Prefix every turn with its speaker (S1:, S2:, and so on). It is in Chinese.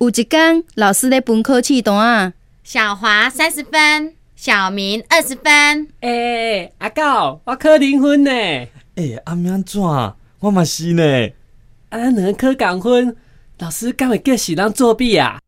S1: 有一天，老师咧分考试单啊，
S2: 小华三十分，小明二十分。
S3: 诶、哎阿狗，我考零分呢，
S4: 诶、阿明安怎？我嘛是呢。
S3: 啊，咱两个考共分，老师敢会叫是咱作弊啊？